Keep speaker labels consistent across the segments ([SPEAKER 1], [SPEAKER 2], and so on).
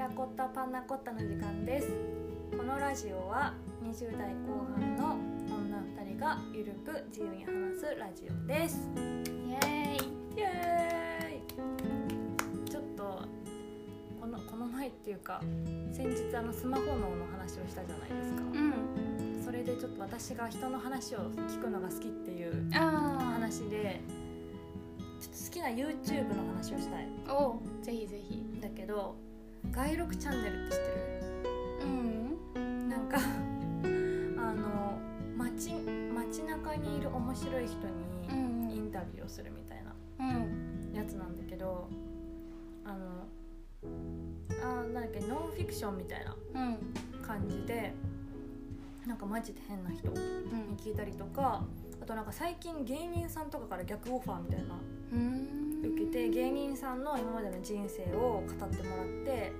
[SPEAKER 1] んなこったの時間ですこのラジオは20代後半の女2人がゆるく自由に話すラジオです
[SPEAKER 2] イエーイ
[SPEAKER 1] イエーイちょっとこのこの前っていうか先日あのスマホ脳の話をしたじゃないですか
[SPEAKER 2] うん
[SPEAKER 1] それでちょっと私が人の話を聞くのが好きっていう
[SPEAKER 2] あ
[SPEAKER 1] 話でちょっと好きな YouTube の話をしたい
[SPEAKER 2] あおうぜひぜひ
[SPEAKER 1] んだけど外録チャンネルって知ってる
[SPEAKER 2] うん
[SPEAKER 1] なんか あの街街中にいる面白い人
[SPEAKER 2] う
[SPEAKER 1] に
[SPEAKER 2] ん
[SPEAKER 1] インタビューをするみたいな
[SPEAKER 2] うん
[SPEAKER 1] やつなんだけどあのあーなんだっけノンフィクションみたいな
[SPEAKER 2] うん
[SPEAKER 1] 感じでなんかマジで変な人に
[SPEAKER 2] うん
[SPEAKER 1] 聞いたりとかあとなんか最近芸人さんとかから逆オファーみたいな
[SPEAKER 2] うん
[SPEAKER 1] 受けて芸人さんの今までの人生を語ってもらって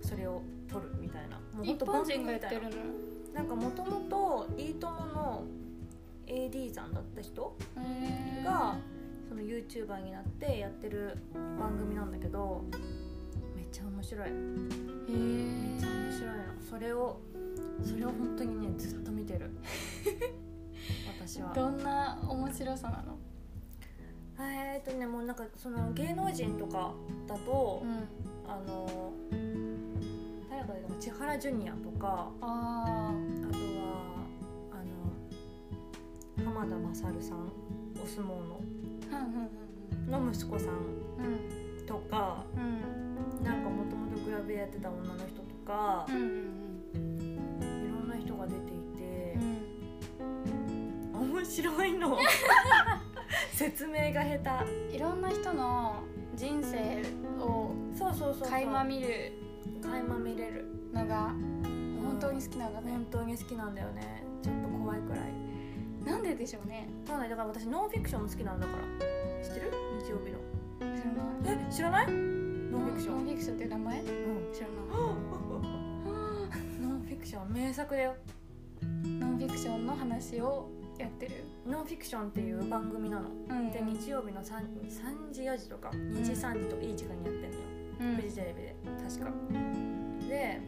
[SPEAKER 1] それを撮るみたいなもうほん
[SPEAKER 2] 一
[SPEAKER 1] と
[SPEAKER 2] 般人がや
[SPEAKER 1] 番組み
[SPEAKER 2] っ
[SPEAKER 1] たい
[SPEAKER 2] て
[SPEAKER 1] な
[SPEAKER 2] るの
[SPEAKER 1] なんかもともと「いいとも!」の AD さんだった人
[SPEAKER 2] へー
[SPEAKER 1] がその YouTuber になってやってる番組なんだけどめっちゃ面白いめっ
[SPEAKER 2] へえ
[SPEAKER 1] ちゃ面白いのそれをそれを本当にねずっと見て る私は
[SPEAKER 2] どんな面白さなの
[SPEAKER 1] えーっとねもうなんかその芸能人とかだと、
[SPEAKER 2] ん
[SPEAKER 1] あの誰かでも千原ジュニアとか
[SPEAKER 2] あ
[SPEAKER 1] あとはあの浜田勝さんお相撲の
[SPEAKER 2] あうん
[SPEAKER 1] の息子さん
[SPEAKER 2] うんうん
[SPEAKER 1] とか
[SPEAKER 2] うん
[SPEAKER 1] なんかもともとグラビアやってた女の人とか
[SPEAKER 2] うんう、ん
[SPEAKER 1] いろんな人が出ていて
[SPEAKER 2] う、ん
[SPEAKER 1] 面白い の説明が下
[SPEAKER 2] いろんな人の人生を
[SPEAKER 1] 手そうそうそうそう
[SPEAKER 2] 垣間見る
[SPEAKER 1] 垣間見れる
[SPEAKER 2] のが本当に好きなんだね、
[SPEAKER 1] 本当に好きなんだよねちょっと怖いくらい
[SPEAKER 2] なんででしょうね
[SPEAKER 1] そうなんだだから私ノンフィクションも好きなんだから知ってる日曜日の
[SPEAKER 2] 知らない
[SPEAKER 1] え知らないノンフィクション、
[SPEAKER 2] ノンフィクションっていう名前知
[SPEAKER 1] う
[SPEAKER 2] ら
[SPEAKER 1] ん、ノンフィクション名作だよ
[SPEAKER 2] ないノンフィクションの話をやってる
[SPEAKER 1] ノンフィクションっていう番組なの
[SPEAKER 2] うん
[SPEAKER 1] で日曜日の 3, 3時4時とか2時3時とかいい時間にやってんのよ
[SPEAKER 2] うん
[SPEAKER 1] フジテレビで確かで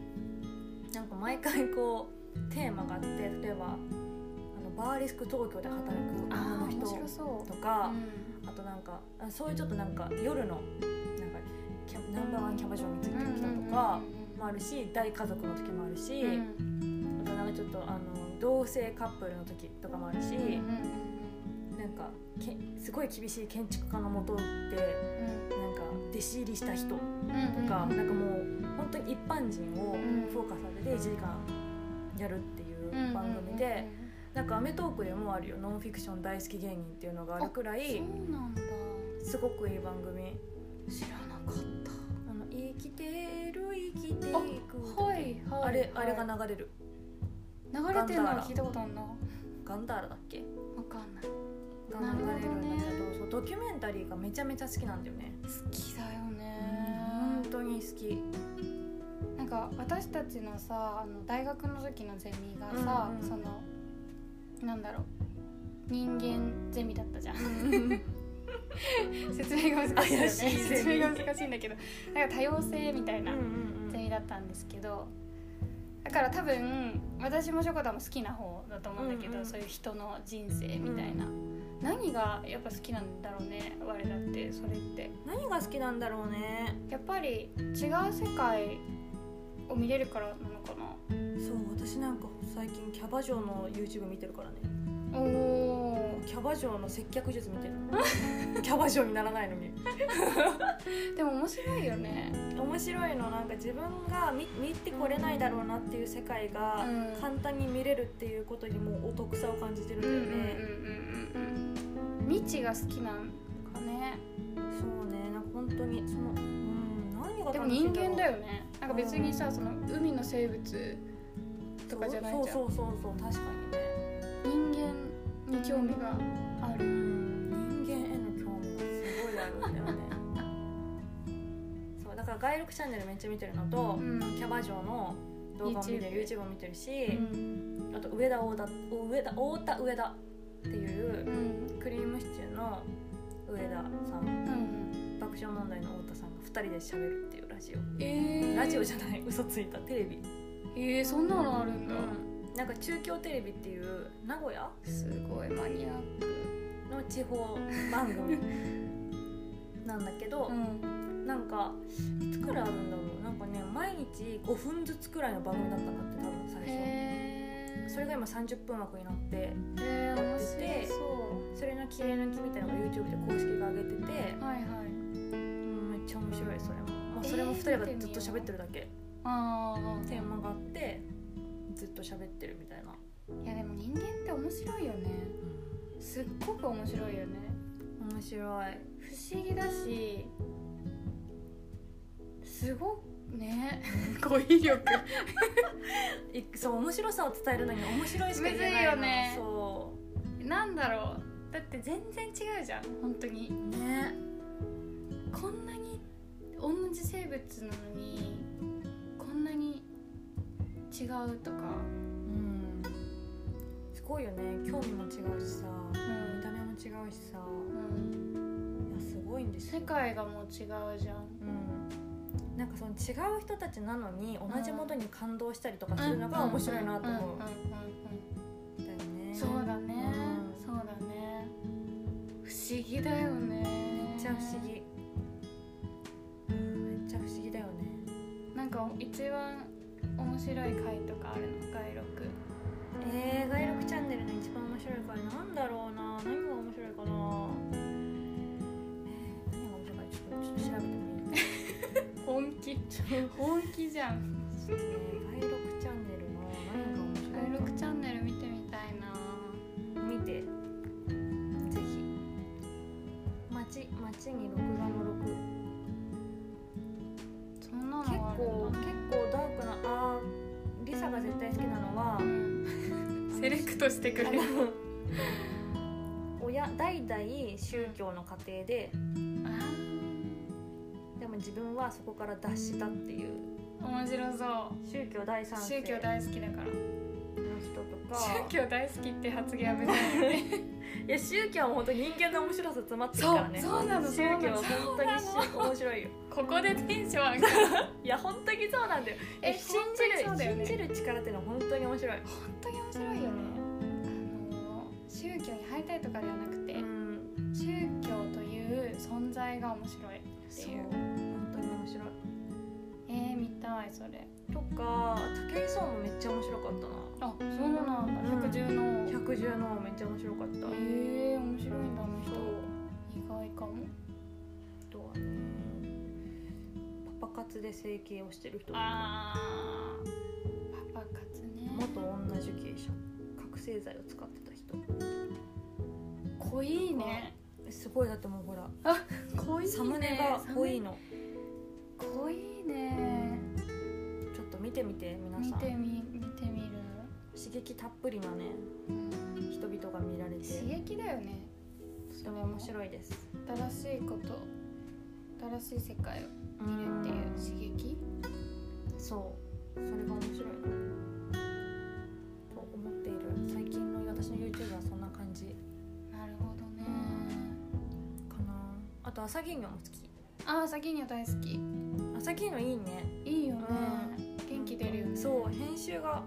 [SPEAKER 1] なんか毎回こうテーマがあって例えばあのバーリスク東京で働く女
[SPEAKER 2] ああ
[SPEAKER 1] の人
[SPEAKER 2] 面白そう
[SPEAKER 1] と
[SPEAKER 2] う
[SPEAKER 1] か、
[SPEAKER 2] ん
[SPEAKER 1] あとなんかあそういうちょっとなんか夜のなんかキャナンバーワンキャバ嬢についてきたとかもあるし大家族の時もあるし、
[SPEAKER 2] うん
[SPEAKER 1] あとなんかちょっとあの同性カップルの時とかもあるし、
[SPEAKER 2] うんうん
[SPEAKER 1] なんかけすごい厳しい建築家のもとでなんか弟子入りした人と
[SPEAKER 2] うんうん
[SPEAKER 1] か、
[SPEAKER 2] うん
[SPEAKER 1] なんかもう本当に一般人を
[SPEAKER 2] ん
[SPEAKER 1] フォーカスさせて1時間やるっていう番組で、なんか『アメトーク』でもあるよノンフィクション大好き芸人っていうのがあるくら
[SPEAKER 2] うんうん
[SPEAKER 1] い
[SPEAKER 2] うんそうなんだ
[SPEAKER 1] すごくいい番組
[SPEAKER 2] 知らなかっ
[SPEAKER 1] あの生きてる生きてい
[SPEAKER 2] た
[SPEAKER 1] く
[SPEAKER 2] はいはい
[SPEAKER 1] あれあれが
[SPEAKER 2] な
[SPEAKER 1] 流れる
[SPEAKER 2] 流れてるのは聞いたことあるなわ
[SPEAKER 1] ガンダーラだっけ
[SPEAKER 2] かんない
[SPEAKER 1] が
[SPEAKER 2] なるほどね
[SPEAKER 1] 流れるんだけどそうドキュメンタリーがめちゃめちゃ好きなんだよね
[SPEAKER 2] 好きだよね
[SPEAKER 1] 本当に好き
[SPEAKER 2] なんか私たちのさあの大学の時のゼミがさ、
[SPEAKER 1] うんうん
[SPEAKER 2] そのなんだろう人間ゼミだったじゃん 説明が難しいよね
[SPEAKER 1] 怪しいゼミ
[SPEAKER 2] 説明が難しいんだけどなんか多様性みたいな
[SPEAKER 1] うんうんうん
[SPEAKER 2] ゼミだったんですけど、だから多分私もしょこたんも好きな方だと思うんだけど、
[SPEAKER 1] うんうん
[SPEAKER 2] そういう人の人生みたいな、何がやっぱ好きなんだろうね我だってそれって
[SPEAKER 1] 何が好きなんだろうね
[SPEAKER 2] やっぱり違う世界を見れるからなのかな
[SPEAKER 1] そう私なんか最近キャバ嬢の YouTube 見てるからね
[SPEAKER 2] おお
[SPEAKER 1] キャバ嬢の接客術見 てるキャバ嬢にならないのに
[SPEAKER 2] ーでも面白いよね
[SPEAKER 1] 面白いのなんか自分が見見てこれないだろうなっていう世界が
[SPEAKER 2] うん
[SPEAKER 1] 簡単に見れるっていうことにもうお得さを感じてるんだよね、
[SPEAKER 2] うん未知が好きなんかね
[SPEAKER 1] そうねなんか本当にそのうん何が
[SPEAKER 2] でも人間だ
[SPEAKER 1] よ
[SPEAKER 2] よねなんか別にさその海の生物とかじゃないじゃん
[SPEAKER 1] そうそうそうそう確かにね
[SPEAKER 2] 人間に興味がある
[SPEAKER 1] 人間への興味がすごいあるんだよねそうだから外録チャンネルめっちゃ見てるのと、
[SPEAKER 2] ん
[SPEAKER 1] キャバ嬢の動画を見てる YouTube も見てるし、
[SPEAKER 2] うん
[SPEAKER 1] あと上田大田上田大田上田っていう
[SPEAKER 2] うん
[SPEAKER 1] クリームシチューの上田さん
[SPEAKER 2] うん
[SPEAKER 1] 爆笑問題の太田さんが2人で喋るっていうらし話を
[SPEAKER 2] えー、
[SPEAKER 1] ラジオじゃない嘘ついたテレビ、
[SPEAKER 2] えー、そんなのあるんだ、
[SPEAKER 1] なんか中京テレビっていう名古屋
[SPEAKER 2] すごいマニアック
[SPEAKER 1] の地方番 組なんだけど、
[SPEAKER 2] ん
[SPEAKER 1] なんかいつからあるんだろうなんかね毎日5分ずつくらいの番組だったんだって多分最初
[SPEAKER 2] へえ
[SPEAKER 1] それが今30分枠になって
[SPEAKER 2] えー、面白そ
[SPEAKER 1] それの切り抜きみたいなのが YouTube で公式が上げてて
[SPEAKER 2] うはいはい
[SPEAKER 1] うんめっちゃ面白いそれも、まあ、それも2人がずっと喋ってるだけ、
[SPEAKER 2] ああ
[SPEAKER 1] テーマがあってずっと喋ってるみたいない
[SPEAKER 2] やでも人間って面白いよねすっごく面白いよね
[SPEAKER 1] 面白い
[SPEAKER 2] 不思議だしすごく ね語彙力
[SPEAKER 1] いそう面白さを伝えるのに面白いしか言えないな
[SPEAKER 2] むずいよね
[SPEAKER 1] そ
[SPEAKER 2] なんだろうだって全然違うじゃん本当に
[SPEAKER 1] うね
[SPEAKER 2] こんなに同じ生物なのにこんなに違うとか
[SPEAKER 1] うんすごいよね興味も違うしさ
[SPEAKER 2] う
[SPEAKER 1] 見
[SPEAKER 2] ん
[SPEAKER 1] た目も違うしさ
[SPEAKER 2] うん
[SPEAKER 1] いやすごいんです
[SPEAKER 2] 世
[SPEAKER 1] よ
[SPEAKER 2] 界がもう違うじゃん
[SPEAKER 1] うんなんかその違う人たちなのに同じものに感動したりとかするのが面白いなと思
[SPEAKER 2] ん
[SPEAKER 1] うん
[SPEAKER 2] んうん
[SPEAKER 1] だよね
[SPEAKER 2] そうだね、
[SPEAKER 1] うん
[SPEAKER 2] そうだね不思議だよね
[SPEAKER 1] めっちゃ不思議うんめっちゃ不思議だよね
[SPEAKER 2] なんか一番面白い回とかあるの外録
[SPEAKER 1] えー、外録チャンネルの一番面白い回なんだろうな何が面白いかなえー何が面白いかちょっとちょっと調べてもいい
[SPEAKER 2] 本気本気じゃん
[SPEAKER 1] えー外録チャンネルの何が面白い
[SPEAKER 2] 外
[SPEAKER 1] か
[SPEAKER 2] 録チャンネル見てみたいな
[SPEAKER 1] 見てぜひ街街に録画の録
[SPEAKER 2] そんなの
[SPEAKER 1] 結
[SPEAKER 2] ある
[SPEAKER 1] 構
[SPEAKER 2] んだ
[SPEAKER 1] 結構ダークなあーリサが絶対好きなのは
[SPEAKER 2] うんセレクトしてくれる
[SPEAKER 1] 親代々宗教の家庭ででも自分はそこから脱したっていう
[SPEAKER 2] あー面白そ
[SPEAKER 1] 宗教第三
[SPEAKER 2] う
[SPEAKER 1] 世
[SPEAKER 2] 宗
[SPEAKER 1] の人
[SPEAKER 2] 教大好きだから
[SPEAKER 1] とか
[SPEAKER 2] 宗教大好きって発言危ないよね
[SPEAKER 1] いや宗教は本当に人間の面白さ詰まってるからね
[SPEAKER 2] そうそうなの
[SPEAKER 1] 宗教は
[SPEAKER 2] そう
[SPEAKER 1] 本当
[SPEAKER 2] なの
[SPEAKER 1] にし面白い よ
[SPEAKER 2] ここでテンション上がる
[SPEAKER 1] いや本当にそうなんだよ
[SPEAKER 2] え
[SPEAKER 1] え信じる、
[SPEAKER 2] 本当にそうだよね
[SPEAKER 1] 信じる力っていうのは本当に面白い
[SPEAKER 2] 本当に面白いよねあの宗教に入りたいとかではなく
[SPEAKER 1] ん
[SPEAKER 2] て宗教という存在が面白い
[SPEAKER 1] そ
[SPEAKER 2] て
[SPEAKER 1] う
[SPEAKER 2] いう
[SPEAKER 1] 本当に面白い
[SPEAKER 2] えー、見たいそれ
[SPEAKER 1] とか武井壮もめっちゃ面白かったな
[SPEAKER 2] あそうなんだ
[SPEAKER 1] うん
[SPEAKER 2] 百獣の
[SPEAKER 1] 百獣の王めっちゃ面白かった、
[SPEAKER 2] えー、面白いんだあの
[SPEAKER 1] そう
[SPEAKER 2] 人意外かも
[SPEAKER 1] あとはねパパ活で整形をしてる人
[SPEAKER 2] あパパ活ね
[SPEAKER 1] 元女受刑者覚醒剤を使ってた人
[SPEAKER 2] 濃いね
[SPEAKER 1] えすごいだってもうほら
[SPEAKER 2] 濃いね
[SPEAKER 1] サムネが濃いの
[SPEAKER 2] サムネ濃いね
[SPEAKER 1] ちょっと見てみて皆
[SPEAKER 2] 見
[SPEAKER 1] さん
[SPEAKER 2] てみ見てみる、
[SPEAKER 1] 刺激たっぷりなね
[SPEAKER 2] うん
[SPEAKER 1] 人々が見られて
[SPEAKER 2] 刺激だよね
[SPEAKER 1] とても面白いです
[SPEAKER 2] 新しいこと新しい世界を見るっていう刺激
[SPEAKER 1] そうそれが面白いなと思っている最近の私の YouTube はそんな感じ
[SPEAKER 2] なるほどね
[SPEAKER 1] かなあと朝銀魚も好き
[SPEAKER 2] あーサギーニョ大好き
[SPEAKER 1] 朝銀魚いいね
[SPEAKER 2] いいよね、
[SPEAKER 1] う
[SPEAKER 2] 元気出るよね
[SPEAKER 1] そう編集が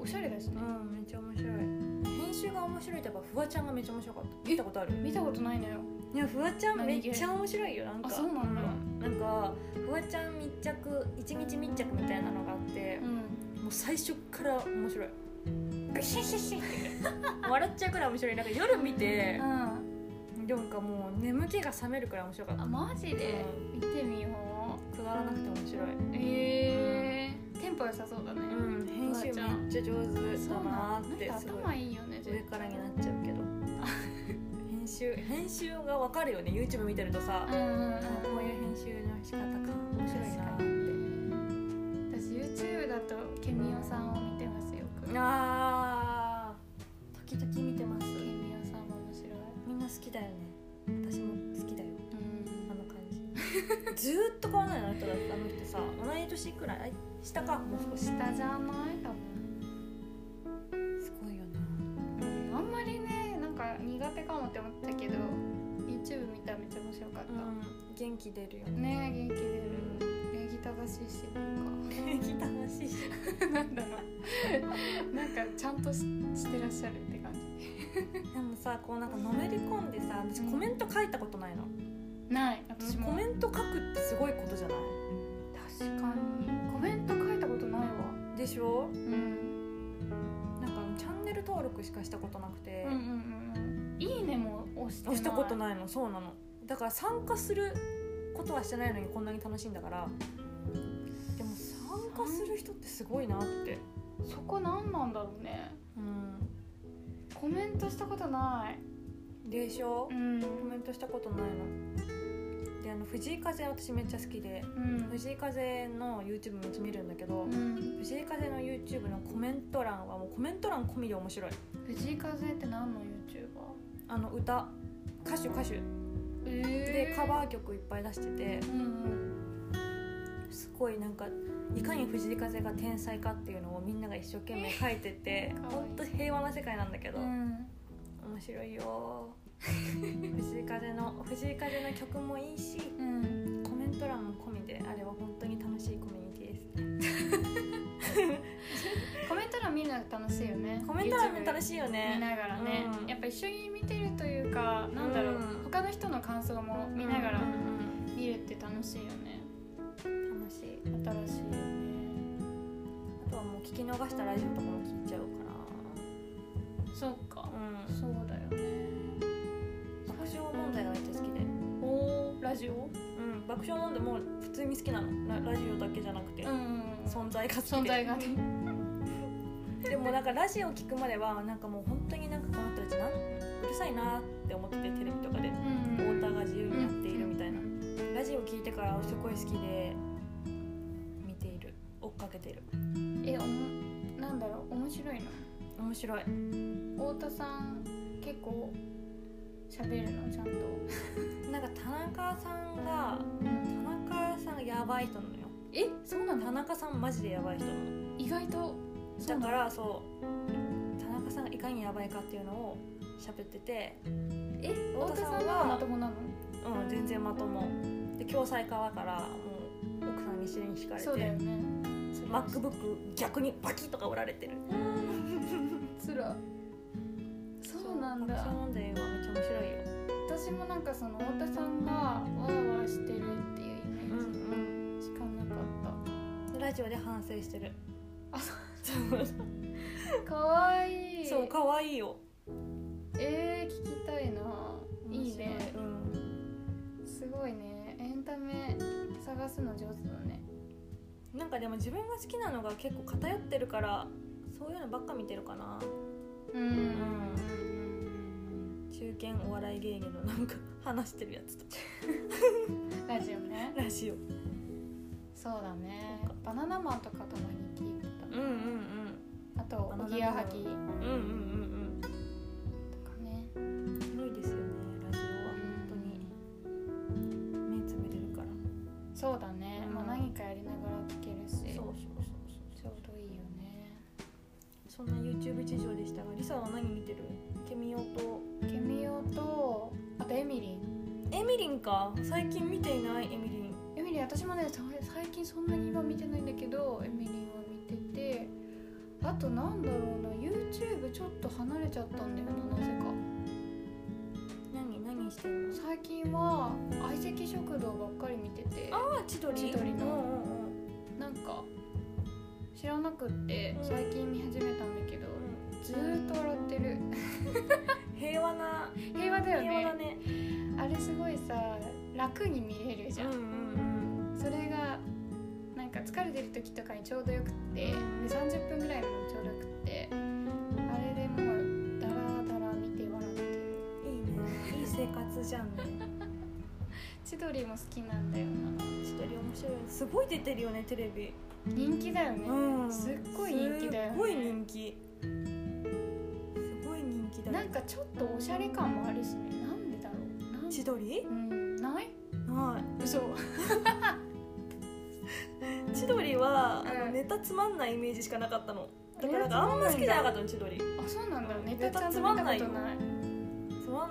[SPEAKER 2] おしゃれだしね
[SPEAKER 1] うんめっちゃ面白い編集が面白いとやっぱフワちゃんがめっちゃ面白かった見たことある
[SPEAKER 2] 見たことないのよ
[SPEAKER 1] いやフワちゃんめ
[SPEAKER 2] 何
[SPEAKER 1] っ
[SPEAKER 2] 気
[SPEAKER 1] ちゃ面白いよなんか
[SPEAKER 2] あそうなんだ
[SPEAKER 1] うんなんかフワちゃん密着一日密着みたいなのがあって
[SPEAKER 2] う、ん
[SPEAKER 1] もう最初から面白いグシャシャシャって 笑っちゃうくらい面白いなんか夜見て
[SPEAKER 2] あ
[SPEAKER 1] なんかもう眠気が覚めるくらい面白かった
[SPEAKER 2] マジで、見てみよ
[SPEAKER 1] くだらなくて面白い、
[SPEAKER 2] うえー、テンポ良さそうだね、
[SPEAKER 1] うん、編集めっちゃ上手だなーって
[SPEAKER 2] なん
[SPEAKER 1] す
[SPEAKER 2] か
[SPEAKER 1] ごい
[SPEAKER 2] 頭いいよね
[SPEAKER 1] 上からになっちゃうけど編集編集がわかるよね YouTube 見てるとさ、
[SPEAKER 2] うんうんうん
[SPEAKER 1] あこういう編集の仕方か面白いなーって
[SPEAKER 2] 私 YouTube だとケミオさんを見てますよく
[SPEAKER 1] あー時々見てます
[SPEAKER 2] ケミオさんも面白い
[SPEAKER 1] みんな好きだよね私も好きだよ
[SPEAKER 2] うん
[SPEAKER 1] あの感じ ずーっと変わらないのあの人だってあの人さ同い年くらいあ下かもう少し
[SPEAKER 2] 下じゃない多分、
[SPEAKER 1] すごいよな
[SPEAKER 2] うん、あんまりねなんか苦手かもって思ってたけど YouTube 見たらめっちゃ面白かった、
[SPEAKER 1] 元気出るよね
[SPEAKER 2] ねえ元気出る礼儀正しいしなん
[SPEAKER 1] 汚しいし
[SPEAKER 2] かなんだろうなんかちゃんとししてらっしゃるって感じ
[SPEAKER 1] でもさこうなんかのめり込んでさ私コメント書いたことないの
[SPEAKER 2] ない
[SPEAKER 1] 私
[SPEAKER 2] 私
[SPEAKER 1] コ
[SPEAKER 2] も
[SPEAKER 1] メント書くってすごいことじゃない
[SPEAKER 2] 確かにコメント書いたことないわ
[SPEAKER 1] でしょ
[SPEAKER 2] うん
[SPEAKER 1] なんかチャンネル登録しかしたことなくて
[SPEAKER 2] うん、うんうんいいねも押してない
[SPEAKER 1] したことないのそうなのだから参加することはしてないのにこんなに楽しいんだからでも参加する人ってすごいなって
[SPEAKER 2] そこ何なんだろうね
[SPEAKER 1] うん
[SPEAKER 2] コメントしたことない
[SPEAKER 1] でしょ、
[SPEAKER 2] ん
[SPEAKER 1] コメントしたことないのであの藤井風私めっちゃ好きで
[SPEAKER 2] うん
[SPEAKER 1] 藤井風の YouTube めっちゃ見るんだけど、
[SPEAKER 2] うん
[SPEAKER 1] 藤井風の YouTube のコメント欄はもうコメント欄込みで面白い
[SPEAKER 2] 藤井風って何の YouTuber?
[SPEAKER 1] あの歌歌手歌手
[SPEAKER 2] え
[SPEAKER 1] でカバー曲いっぱい出してて
[SPEAKER 2] ー、うん
[SPEAKER 1] すごいなんかいかに藤井風が天才かっていうのをみんなが一生懸命書いてて
[SPEAKER 2] かわいい
[SPEAKER 1] ほんと平和な世界なんだけど、
[SPEAKER 2] うんうん
[SPEAKER 1] 面白いよ藤井風の藤井風の曲もいいし
[SPEAKER 2] うん
[SPEAKER 1] コメント欄も込みであれは本当に楽しいコミュニティです
[SPEAKER 2] コメント欄見るのが楽しいよね
[SPEAKER 1] コメント欄も楽
[SPEAKER 2] い
[SPEAKER 1] しいよ
[SPEAKER 2] 見
[SPEAKER 1] ね
[SPEAKER 2] ながらね、
[SPEAKER 1] うん
[SPEAKER 2] やっぱ一緒に見てるというかなんだろう、
[SPEAKER 1] うん
[SPEAKER 2] 他の人の感想も見ながら
[SPEAKER 1] うんうん
[SPEAKER 2] 見るって楽しいよね
[SPEAKER 1] うん楽しい
[SPEAKER 2] 新しいよね
[SPEAKER 1] あとはもう聞き逃したラジオとかも聞いちゃうか、
[SPEAKER 2] そっから
[SPEAKER 1] うん、
[SPEAKER 2] そうだよね
[SPEAKER 1] 爆笑問題がめっちゃ好きで、
[SPEAKER 2] おおラジオ
[SPEAKER 1] うん、爆笑問題も普通に好きなのララジオだけじゃなくて、
[SPEAKER 2] ん
[SPEAKER 1] 存在が好きで
[SPEAKER 2] 存在がね
[SPEAKER 1] でもなんかラジオ聞くまではなんかもう本当になんかこの人たちなんうるさいなって思っててテレビとかで
[SPEAKER 2] う
[SPEAKER 1] ウォータ
[SPEAKER 2] ん
[SPEAKER 1] ーが自由にやっているみたいなラジオ聞いてからすごい好きで見ている追っかけている
[SPEAKER 2] えおもなんだろう面白いの
[SPEAKER 1] 面白い
[SPEAKER 2] 太田さん結構喋るのちゃんと
[SPEAKER 1] なんか田中さんが田中さんがやばい人なのよ
[SPEAKER 2] えそうな
[SPEAKER 1] 田中さんマジでやばい人なの
[SPEAKER 2] 意外と
[SPEAKER 1] だからそう田中さんがいかにやばいかっていうのを喋ってて
[SPEAKER 2] え太田さん
[SPEAKER 1] 太田さん
[SPEAKER 2] は
[SPEAKER 1] は
[SPEAKER 2] まともなの
[SPEAKER 1] うん全然まともで共済化だからもう奥さんに尻に敷かれて
[SPEAKER 2] そうだよね
[SPEAKER 1] MacBook 逆にバキッとか折られてる
[SPEAKER 2] つらそうなんだ
[SPEAKER 1] 爆笑問題はめっちゃ面白いよ
[SPEAKER 2] 私もなんかその太田さんがわーわーしてるっていうイメ
[SPEAKER 1] う
[SPEAKER 2] ー
[SPEAKER 1] ん
[SPEAKER 2] ジしかなかっ
[SPEAKER 1] うんラジオで反省してる
[SPEAKER 2] あそ
[SPEAKER 1] そう
[SPEAKER 2] たかわいい
[SPEAKER 1] そう可愛いよ
[SPEAKER 2] えー、聞きたいないいね
[SPEAKER 1] うん
[SPEAKER 2] すごいねエンタメ探すの上手だね
[SPEAKER 1] なんかでも自分が好きなのが結構偏ってるからそういうのばっか見てるかな
[SPEAKER 2] うん
[SPEAKER 1] 中堅お笑い芸人のなんか話してるやつとか
[SPEAKER 2] ラジオね
[SPEAKER 1] ラジオ
[SPEAKER 2] そうだねバナナマンとかともに聞いて
[SPEAKER 1] うんうん
[SPEAKER 2] たあと
[SPEAKER 1] バナナマ
[SPEAKER 2] お
[SPEAKER 1] ン
[SPEAKER 2] ぎやはぎと
[SPEAKER 1] うんうんうん
[SPEAKER 2] かね
[SPEAKER 1] うん広いですよねラジオは本当に目つぶれるから
[SPEAKER 2] そうだね、
[SPEAKER 1] うん
[SPEAKER 2] まあ何かやりながら聞けるし
[SPEAKER 1] そうそうそう
[SPEAKER 2] ちょうどいいよね
[SPEAKER 1] そうそんな YouTube 事情でしたがリサは何見てるケミオと
[SPEAKER 2] ケミオとあとエミリン
[SPEAKER 1] エミリンか最近見ていないエミリン
[SPEAKER 2] エミリン私もねさ最近そんなに今見てないんだけどエミリンは見ててあとなんだろうな YouTube ちょっと離れちゃったんだよななぜか
[SPEAKER 1] 何何してるの
[SPEAKER 2] 最近は相席食堂ばっかり見てて
[SPEAKER 1] ああ千鳥
[SPEAKER 2] 千鳥の
[SPEAKER 1] うん
[SPEAKER 2] なんか知らなくって最近見始めたんだけど
[SPEAKER 1] うんうん
[SPEAKER 2] ずーっと笑ってる
[SPEAKER 1] 平和な
[SPEAKER 2] 平和だよ
[SPEAKER 1] 平和だ
[SPEAKER 2] ね
[SPEAKER 1] ね
[SPEAKER 2] あれすごいさ楽に見れるじゃ
[SPEAKER 1] う
[SPEAKER 2] ん、
[SPEAKER 1] んうん
[SPEAKER 2] それがなんか疲れてる時とかにちょうどよくってで30分ぐらいのもちょうどよくってあれでもうダラダラ見て笑ってる
[SPEAKER 1] うんいいねいい生活じゃんね
[SPEAKER 2] 千鳥も好きなんだよな
[SPEAKER 1] 千鳥面白いすごい出てるよねテレビ
[SPEAKER 2] 人気だよね、
[SPEAKER 1] うん
[SPEAKER 2] すっごい人気だよね
[SPEAKER 1] すっごい人気すごい人気だよ
[SPEAKER 2] なんかちょっとおしゃれ感もあるしねなんでだろうなん
[SPEAKER 1] 千鳥
[SPEAKER 2] うんない
[SPEAKER 1] は
[SPEAKER 2] 嘘
[SPEAKER 1] い千鳥は、あ
[SPEAKER 2] う
[SPEAKER 1] の
[SPEAKER 2] ん
[SPEAKER 1] ネタつまんないイメージしかなかったのだからなん
[SPEAKER 2] ネタつ
[SPEAKER 1] かあ
[SPEAKER 2] まん
[SPEAKER 1] ん
[SPEAKER 2] ないんだ
[SPEAKER 1] ま好きじゃなかったの千鳥
[SPEAKER 2] あそうなんだネ
[SPEAKER 1] ネ
[SPEAKER 2] タ
[SPEAKER 1] タ
[SPEAKER 2] ちゃんと
[SPEAKER 1] つ
[SPEAKER 2] 見た
[SPEAKER 1] ま
[SPEAKER 2] こと
[SPEAKER 1] ん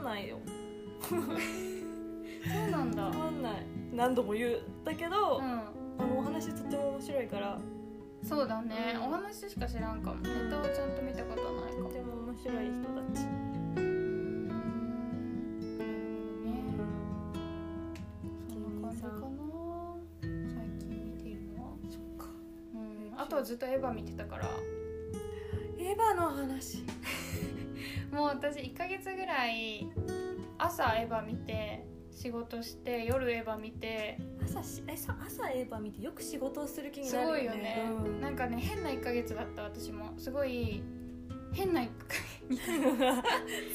[SPEAKER 2] な
[SPEAKER 1] ないいよつまんないよ
[SPEAKER 2] そうなん だ
[SPEAKER 1] つまんない何度も言うだけど、
[SPEAKER 2] うん
[SPEAKER 1] あのお話話とても面白いから
[SPEAKER 2] そうだねお話しか知らんかもネタをちゃんと見たことないかも
[SPEAKER 1] とても面白い人たち
[SPEAKER 2] うんなるほどねそんな感じかな最近見ているのは
[SPEAKER 1] そっか
[SPEAKER 2] うんあとはずっとエヴァ見てたから
[SPEAKER 1] エヴァの話
[SPEAKER 2] もう私1ヶ月ぐらい朝エヴァ見て仕事して夜エヴァ見て
[SPEAKER 1] 朝しえさ朝エヴァ見てよく仕事をする気に
[SPEAKER 2] す
[SPEAKER 1] なる
[SPEAKER 2] ごい
[SPEAKER 1] よ
[SPEAKER 2] よね
[SPEAKER 1] ね、うん
[SPEAKER 2] なんかね変な1ヶ月だった私もすごい変な1ヶ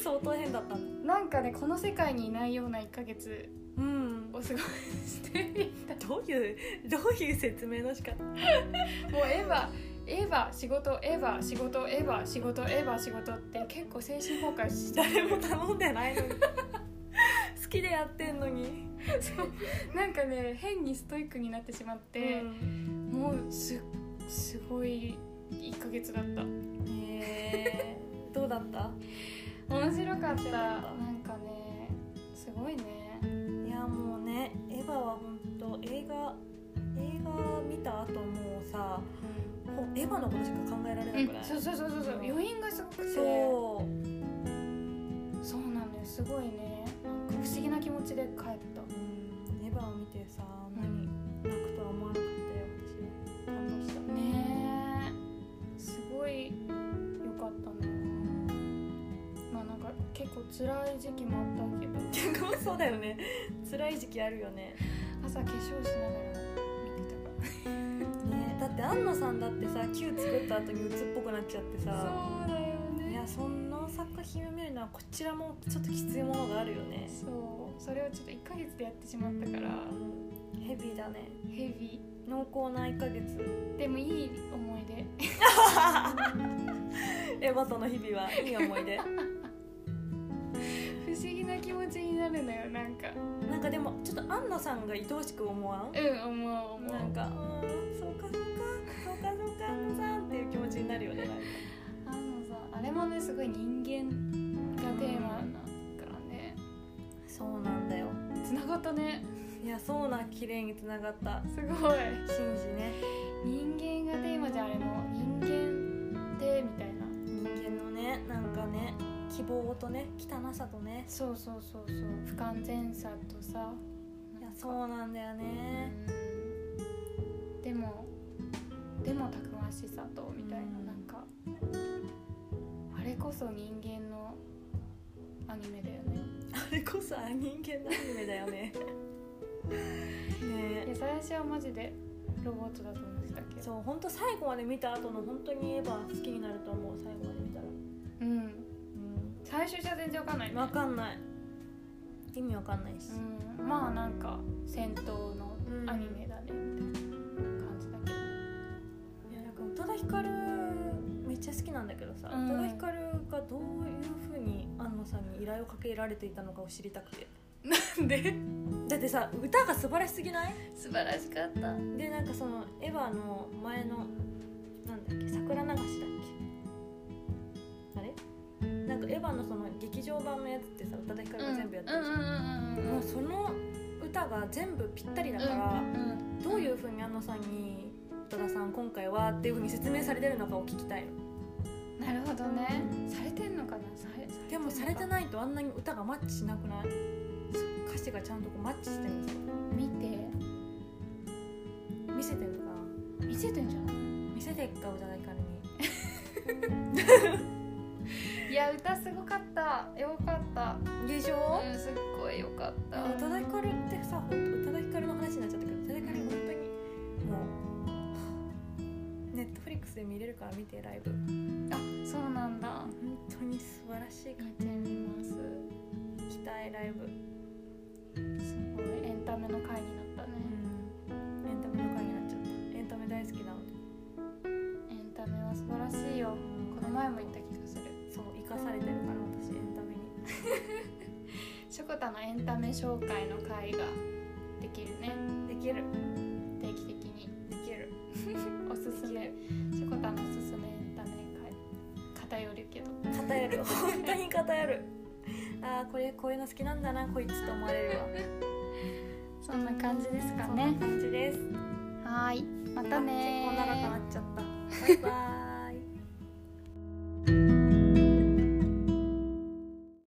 [SPEAKER 1] 相当変だったんだ
[SPEAKER 2] 月 なんかねこの世界にいないような1ヶ月
[SPEAKER 1] うん
[SPEAKER 2] を過ごしてみた
[SPEAKER 1] どういうどういう説明の仕方
[SPEAKER 2] もうエヴァエヴァ仕事エヴァ仕事エヴァ仕事エヴァ仕事って結構精神崩壊して
[SPEAKER 1] 誰も頼んでない のに好きでやってんのに
[SPEAKER 2] そうなんかね変にストイックになってしまって、もうすすごい1ヶ月だった
[SPEAKER 1] えー どうだった
[SPEAKER 2] 面白か
[SPEAKER 1] 面白か
[SPEAKER 2] ったなん
[SPEAKER 1] った
[SPEAKER 2] かねすごいね
[SPEAKER 1] いやもうねエヴァは本当映画映画見た後もうさほエヴァのことしか考えられなくない、
[SPEAKER 2] そうそうそうそうそう余韻がすごくてそう
[SPEAKER 1] そう
[SPEAKER 2] なんだよすごいねなんか不思議な気持ちで帰っ
[SPEAKER 1] う
[SPEAKER 2] た
[SPEAKER 1] んエヴァを見てさあんまり泣くとは思わなかったよ私は感動した
[SPEAKER 2] ねえすごいよかったなまあなんか結構辛い時期もあったけど
[SPEAKER 1] 結構そうだよね辛い時期あるよね
[SPEAKER 2] 朝化粧しながら見てたか
[SPEAKER 1] ねだって安野さんだってさ Q 作った後に鬱っぽくなっちゃって
[SPEAKER 2] ら
[SPEAKER 1] さ
[SPEAKER 2] そうだよ
[SPEAKER 1] いやその作品を見るのはこちらもちょっときついものがあるよね
[SPEAKER 2] そうそれをちょっと1ヶ月でやってしまったから
[SPEAKER 1] ヘビーだね
[SPEAKER 2] ヘビ
[SPEAKER 1] 濃厚な1ヶ月
[SPEAKER 2] ーでもいい思い出
[SPEAKER 1] エヴァとの日々はいい思い出
[SPEAKER 2] 不思議な気持ちになるのよなんか
[SPEAKER 1] なんかでもちょっと安野さんが愛おしく思わん
[SPEAKER 2] うん思う思う
[SPEAKER 1] なんかうーんそうかそうかそうかそうか安野さんっていう気持ちになるよねなんか
[SPEAKER 2] あのさあれもねすごい人間がテーマなんだからね
[SPEAKER 1] そうなんだよ
[SPEAKER 2] つながったね
[SPEAKER 1] いやそうな綺麗に繋がった
[SPEAKER 2] すごい
[SPEAKER 1] シンジね
[SPEAKER 2] 人間がテーマじゃんあれも人間ってみたいな
[SPEAKER 1] 人間のねなんかね希望とね汚さとね
[SPEAKER 2] そうそうそうそう不完全さとさ
[SPEAKER 1] いやそうなんだよね
[SPEAKER 2] うんでもでもたくましさとみたいな
[SPEAKER 1] うん
[SPEAKER 2] なんかあれこそ人間のアニメだよね
[SPEAKER 1] あれこそあ人間のアニメだよねね
[SPEAKER 2] いや最初はマジでロボットだと思ってたけど
[SPEAKER 1] そう本当最後まで見た後の本当にエヴァ好きになると思う最後まで見たら
[SPEAKER 2] うん
[SPEAKER 1] う
[SPEAKER 2] 最初じゃ全然わかんないね
[SPEAKER 1] んわかんない意味わかんないし、
[SPEAKER 2] うんまあなんか戦闘のアニメだねみたいな感じだけど
[SPEAKER 1] いやなんか宇多田ヒカルめっちゃ好きなんだけどさ、
[SPEAKER 2] うん
[SPEAKER 1] 宇多田ヒカルがどういうふうに安野さんに依頼をかけられていたのかを知りたくて
[SPEAKER 2] なんで
[SPEAKER 1] だってさ歌が素晴らしすぎない
[SPEAKER 2] 素晴らしかった
[SPEAKER 1] でなんかそのエヴァの前のなんだっけ桜流しだっけあれなんかエヴァのその劇場版のやつってさ宇多田ヒカルが全部やってるじゃん、
[SPEAKER 2] うんうんうんうん
[SPEAKER 1] もうその歌が全部ぴったりだから、
[SPEAKER 2] うん
[SPEAKER 1] どういうふうに安野さんに宇多田さん今回はっていうふうに説明されてるのかを聞きたいの
[SPEAKER 2] うんなるほどねされてんのかなされ
[SPEAKER 1] でもされて
[SPEAKER 2] い
[SPEAKER 1] ないとあんなに歌がマッチしなくない歌詞がちゃんとこうマッチしてるんですよ
[SPEAKER 2] 見て
[SPEAKER 1] 見せてるのかな
[SPEAKER 2] 見せてんじゃん
[SPEAKER 1] 見せてっかじゃないからに
[SPEAKER 2] いや歌すごかったよかった
[SPEAKER 1] でしょ
[SPEAKER 2] うんすっごいよかった
[SPEAKER 1] 宇多田ヒカルってさほんと宇多田ヒカルの話になっちゃったけど宇多田ヒカル本当にもうネットフリックスで見れるから見てライブ本
[SPEAKER 2] あそうなんだ
[SPEAKER 1] 当に素晴らしい
[SPEAKER 2] 見てみます
[SPEAKER 1] 期待ライブ
[SPEAKER 2] すごいエンタメの回になったね
[SPEAKER 1] うんエンタメの回になっちゃったエンタメ大好きなので
[SPEAKER 2] エンタメは素晴らしいよこの前も言った気がする
[SPEAKER 1] そう生かされてるから私エンタメに
[SPEAKER 2] しょこたのエンタメ紹介の回ができるね
[SPEAKER 1] できる
[SPEAKER 2] 定期的に
[SPEAKER 1] できる
[SPEAKER 2] おすすめしょこたのおすすめエンタメ回偏るけど
[SPEAKER 1] 偏る 本当に偏るあーこれこういうの好きなんだなこいつと思われるわ
[SPEAKER 2] そんな感じですか
[SPEAKER 1] そんな
[SPEAKER 2] ね
[SPEAKER 1] 感じです
[SPEAKER 2] ははーいまたね
[SPEAKER 1] あ
[SPEAKER 2] ー
[SPEAKER 1] 結構長くなっちゃったバイバーイ